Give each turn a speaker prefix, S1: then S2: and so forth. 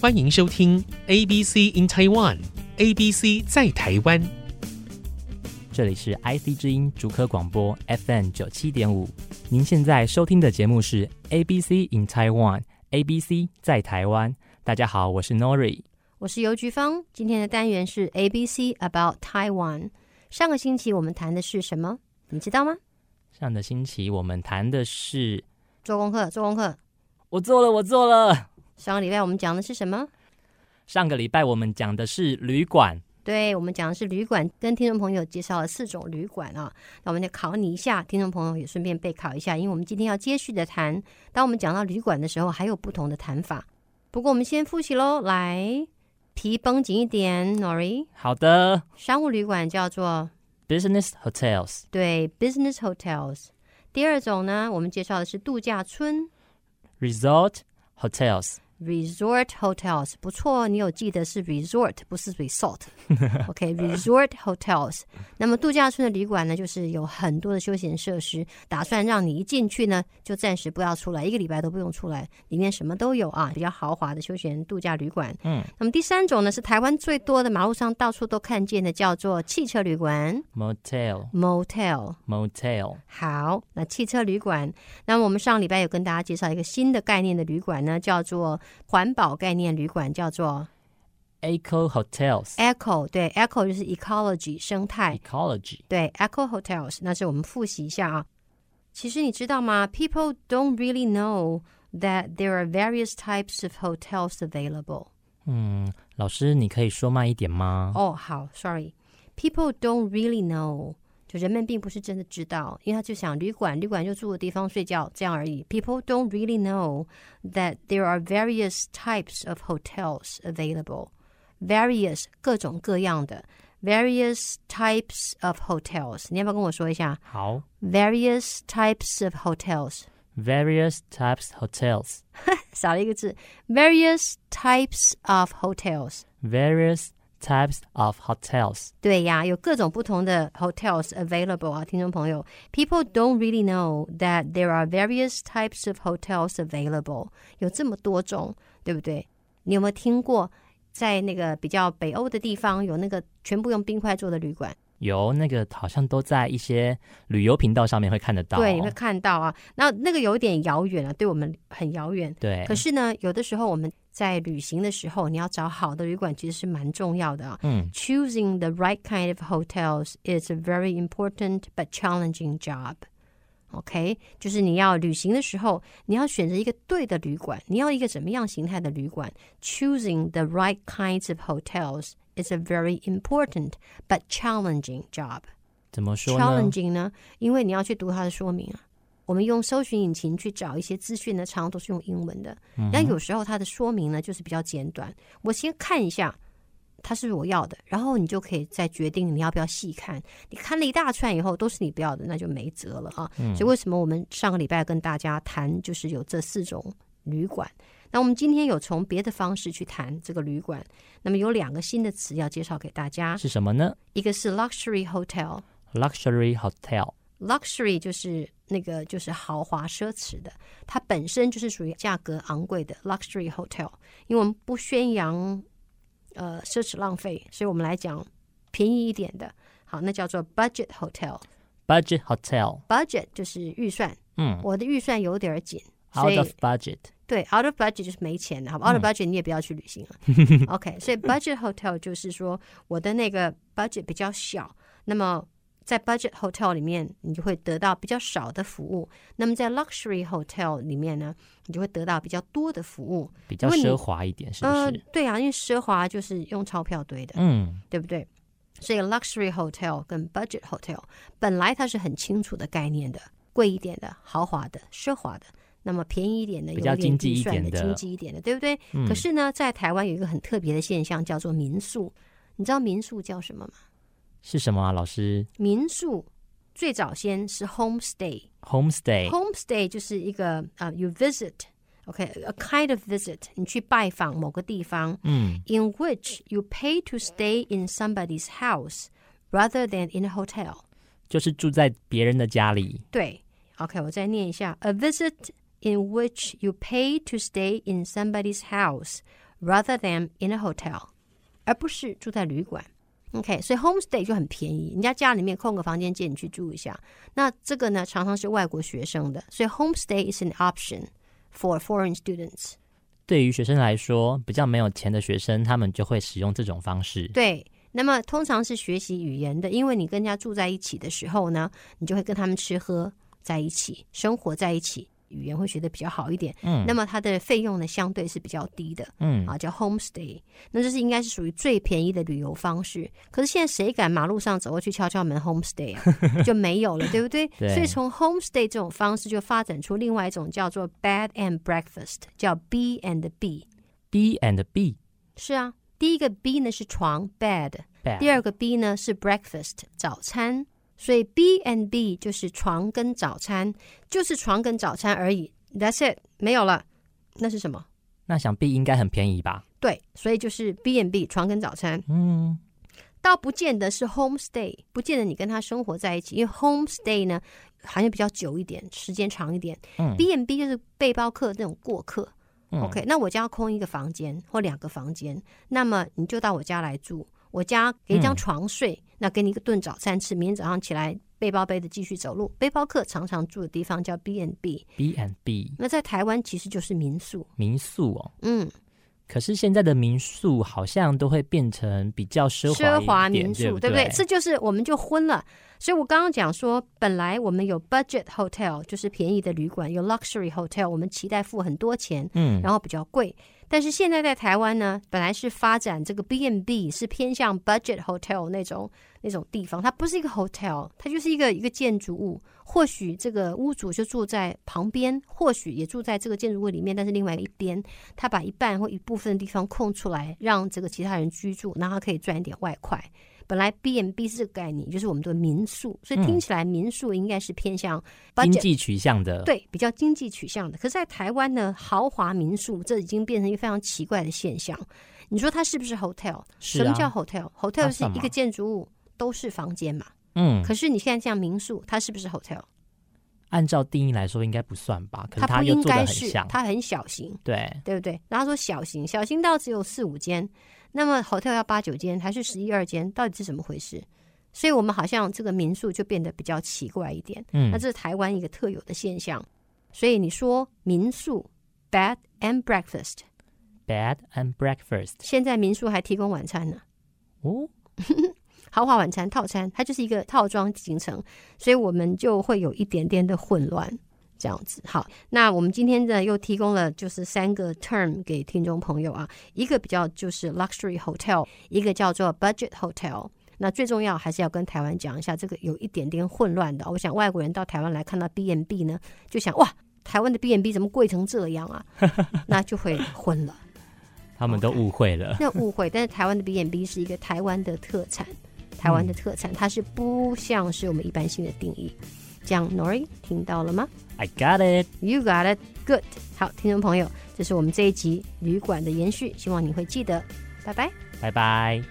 S1: 欢迎收听 ABC in Taiwan。ABC 在台湾，
S2: 这里是 IC 之音竹科广播 FM 九七点五。您现在收听的节目是 ABC in Taiwan，ABC 在台湾。大家好，我是 Nori。
S3: 我是邮局方。今天的单元是 A B C About Taiwan。上个星期我们谈的是什么？你知道吗？
S2: 上个星期我们谈的是，
S3: 做功课，做功课。
S2: 我做了，我做了。
S3: 上个礼拜我们讲的是什么？
S2: 上个礼拜我们讲的是旅馆，
S3: 对我们讲的是旅馆，跟听众朋友介绍了四种旅馆啊。那我们再考你一下，听众朋友也顺便备考一下，因为我们今天要接续的谈。当我们讲到旅馆的时候，还有不同的谈法。不过我们先复习喽，来，皮绷紧一点，Nori。
S2: 好的
S3: 商务旅馆叫做
S2: ，business hotels
S3: 对 business hotels。第二种呢，我们介绍的是度假村
S2: resort hotels。
S3: resort hotels。不错哦，你有记得是 resort，不是 resort。OK，resort、hotels。那么度假村的旅馆呢，就是有很多的休闲设施，打算让你一进去呢，就暂时不要出来，一个礼拜都不用出来，里面什么都有啊，比较豪华的休闲度假旅馆。
S2: 嗯，
S3: 那么第三种呢，是台湾最多的，马路上到处都看见的，叫做汽车旅馆
S2: motel
S3: motel。
S2: motel。
S3: 好，那汽车旅馆，那么我们上礼拜有跟大家介绍一个新的概念的旅馆呢，叫做环保概念旅馆，叫做
S2: Eco Hotels
S3: Eco，对，Eco 就是 ecology 生态，
S2: Ecology，
S3: 对，Eco Hotels，那是我们复习一下啊。其实你知道吗？People don't really know that there are various types of hotels available.
S2: 嗯，老师，你可以说慢一点吗？
S3: 哦，好，sorry。People don't really know，就人们并不是真的知道，因为他就想旅馆，旅馆就住的地方睡觉这样而已。People don't really know that there are various types of hotels available. Various 各种各样的 various types of hotels，你要不要跟我说一下
S2: 好
S3: ？Various types of hotels，
S2: ，various types hotels。
S3: 少了一个字，various types of hotels。
S2: various types of hotels.
S3: 对呀，有各种不同的 hotels available 啊，听众朋友，people don't really know that there are various types of hotels available，有这么多种，对不对？你有没有听过，在那个比较北欧的地方有那个全部用冰块做的旅馆？
S2: 有那个好像都在一些旅游频道上面会看得到。哦
S3: 对，你会看到啊。那那个有一点遥远啊，对我们很遥远。
S2: 对
S3: 可是呢，有的时候我们在旅行的时候，你要找好的旅馆其实是蛮重要的啊。
S2: 嗯
S3: Choosing the right kind of hotels is a very important but challenging job. OK，就是你要旅行的时候，你要选择一个对的旅馆，你要一个怎么样形态的旅馆。Choosing the right kinds of hotels is a very important but challenging job.
S2: 怎么说呢？
S3: Challenging 呢，因为你要去读它的说明啊。我们用搜寻引擎去找一些资讯呢，常常都是用英文的。
S2: 嗯
S3: 但有时候它的说明呢，就是比较简短。我先看一下它是不是我要的，然后你就可以再决定你要不要细看。你看了一大串以后都是你不要的，那就没辙了啊。
S2: 嗯
S3: 所以为什么我们上个礼拜跟大家谈，就是有这四种旅馆。那我们今天有从别的方式去谈这个旅馆，那么有两个新的词要介绍给大家，
S2: 是什么呢
S3: 一个是 luxury hotel，
S2: ？luxury hotel。
S3: luxury 就是那个就是豪华奢侈的，它本身就是属于价格昂贵的 luxury hotel。因为我们不宣扬呃奢侈浪费，所以我们来讲便宜一点的。好，那叫做 budget hotel。
S2: budget hotel。
S3: budget 就是预算，
S2: 嗯
S3: 我的预算有点儿紧，所
S2: ，out
S3: 以
S2: of budget。
S3: 对 out of budget 就是没钱的，好吧？out
S2: 嗯
S3: of budget 你也不要去旅行了。OK，所以 budget hotel 就是说我的那个 budget 比较小，那么在 budget hotel 里面，你就会得到比较少的服务；那么在 luxury hotel 里面呢，你就会得到比较多的服务。
S2: 比较
S3: 如果你
S2: 奢华一点，是不
S3: 嗯、
S2: 是？
S3: 对啊，因为奢华就是用钞票堆的。
S2: 嗯，
S3: 对不对？所以 luxury hotel 跟 budget hotel 本来它是很清楚的概念的，贵一点的、豪华的、奢华的，那么便宜一点的、
S2: 比
S3: 有
S2: 较
S3: 点
S2: 经济
S3: 预
S2: 一
S3: 算
S2: 点
S3: 的、
S2: 的嗯
S3: 经济一点的，对不对？可是呢，在台湾有一个很特别的现象，叫做民宿。你知道民宿叫什么吗？
S2: 是什么啊？老师
S3: 民宿最早先是 homestay。
S2: ，homestay。
S3: Homestay 就是一个啊、y o u visit，OK，a、kind of visit，你去拜访某个地方，
S2: 嗯
S3: ，in which you pay to stay in somebody's house rather than in a hotel。
S2: 就是住在别人的家里。
S3: 对，OK，我再念一下，a visit in which you pay to stay in somebody's house rather than in a hotel，而不是住在旅馆。OK，所以 homestay 就很便宜，人家家里面空个房间借你去住一下。那这个呢，常常是外国学生的，所以 homestay is an option for foreign students。
S2: 对于学生来说，比较没有钱的学生，他们就会使用这种方式。
S3: 对，那么通常是学习语言的，因为你跟人家住在一起的时候呢，你就会跟他们吃喝在一起，生活在一起，语言会学得比较好一点。
S2: 嗯，
S3: 那么它的费用呢，相对是比较低的。
S2: 嗯，
S3: 啊，叫 homestay，那这是应该是属于最便宜的旅游方式。可是现在谁敢马路上走过去敲敲门 homestay 啊， 就没有了，对不对？
S2: 对
S3: 所以从 homestay 这种方式就发展出另外一种叫做 bed and breakfast，叫 B and B。
S2: B and B
S3: 是啊，第一个 B 呢是床 bed，
S2: bed。
S3: 第二个 B 呢是 breakfast 早餐，所以 B and B 就是床跟早餐，就是床跟早餐而已。That's it，没有了。那是什么？
S2: 那想必应该很便宜吧？
S3: 对，所以就是 B and B 床跟早餐。
S2: 嗯，
S3: 倒不见得是 homestay，不见得你跟他生活在一起，因为 homestay 呢好像比较久一点，时间长一点。
S2: 嗯
S3: B and B 就是背包客那种过客。
S2: 嗯
S3: OK，那我家要空一个房间或两个房间，那么你就到我家来住，我家给一张
S2: 嗯
S3: 床睡，那给你一个顿早餐吃，明天早上起来背包背着继续走路。背包客常常住的地方叫 B and B，
S2: ，B and B
S3: 那在台湾其实就是民宿。
S2: 民宿哦。
S3: 嗯，
S2: 可是现在的民宿好像都会变成比较奢华
S3: 奢华
S2: 一点
S3: 民宿，
S2: 对
S3: 不
S2: 对？
S3: 这就是我们就昏了。所以我刚刚讲说，本来我们有 budget hotel，就是便宜的旅馆，有 luxury hotel，我们期待付很多钱，
S2: 嗯
S3: 然后比较贵。但是现在在台湾呢，本来是发展这个 B&B 是偏向 budget hotel 那种那种地方，它不是一个 hotel，它就是一个一个建筑物。或许这个屋主就住在旁边，或许也住在这个建筑物里面，但是另外一边，他把一半或一部分的地方空出来，让这个其他人居住，然后他可以赚一点外快。本来 B&B 是这个概念，就是我们的民宿，所以听起来民宿应该是偏向 budget
S2: 嗯经济取向的，，
S3: 对，比较经济取向的。可是，在台湾呢，豪华民宿这已经变成一个非常奇怪的现象。你说它是不是 hotel？、
S2: 是
S3: 什
S2: 啊
S3: 么叫 hotel？hotel
S2: 它
S3: 是
S2: 算
S3: 一
S2: 嘛
S3: 个建筑物，都是房间嘛。
S2: 嗯，
S3: 可是你现在像民宿，它是不是 hotel？
S2: 按照定义来说应该不算吧？可是
S3: 不
S2: 又
S3: 应
S2: 做的
S3: 该
S2: 很
S3: 是，
S2: 像，
S3: 它很小型，
S2: 对，
S3: 对不对？然后说小型，小型到只有四五间，那么 hotel 要八九间，还是十一二间，到底是怎么回事？所以我们好像这个民宿就变得比较奇怪一点。
S2: 嗯
S3: 那，这是台湾一个特有的现象。所以你说民宿 bed and breakfast，
S2: bed and breakfast
S3: 现在民宿还提供晚餐呢，
S2: 哦，
S3: 豪华晚餐套餐，它就是一个套装行程，所以我们就会有一点点的混乱。这样子好，那我们今天呢又提供了就是三个 term 给听众朋友啊，一个比较就是 luxury hotel，一个叫做 budget hotel。那最重要还是要跟台湾讲一下，这个有一点点混乱的。我想外国人到台湾来看到 B&B 呢，就想哇，台湾的 B&B 怎么贵成这样啊？那就会混了。
S2: 他们都
S3: OK
S2: 误会了，
S3: 那误会，但是台湾的 B&B 是一个台湾的特产，台湾的特产，它是不像是我们一般性的定义。这样，Nori 听到了吗
S2: I got it，
S3: ？You got it, good。好，听众朋友，这是我们这一集旅馆的延续，希望你会记得。拜拜。
S2: 拜拜。